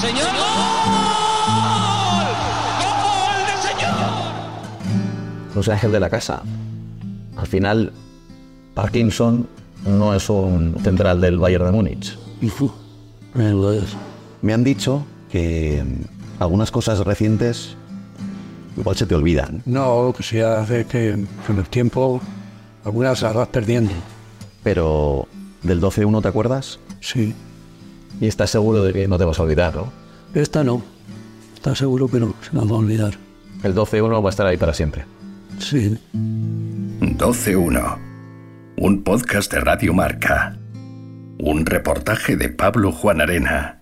señor. ¡Gol! ¡Gol del señor! José Ángel de la Casa. Al final, Parkinson no es un central del Bayern de Múnich. Me han dicho que mm, algunas cosas recientes igual se te olvidan. No, que se hace que con el tiempo algunas las vas perdiendo. Pero del 12-1 te acuerdas? Sí. Y estás seguro de que no te vas a olvidar, ¿no? Esta no. Está seguro que no, se la va a olvidar. El 12-1 va a estar ahí para siempre. Sí. 12-1. Un podcast de Radio Marca. Un reportaje de Pablo Juan Arena.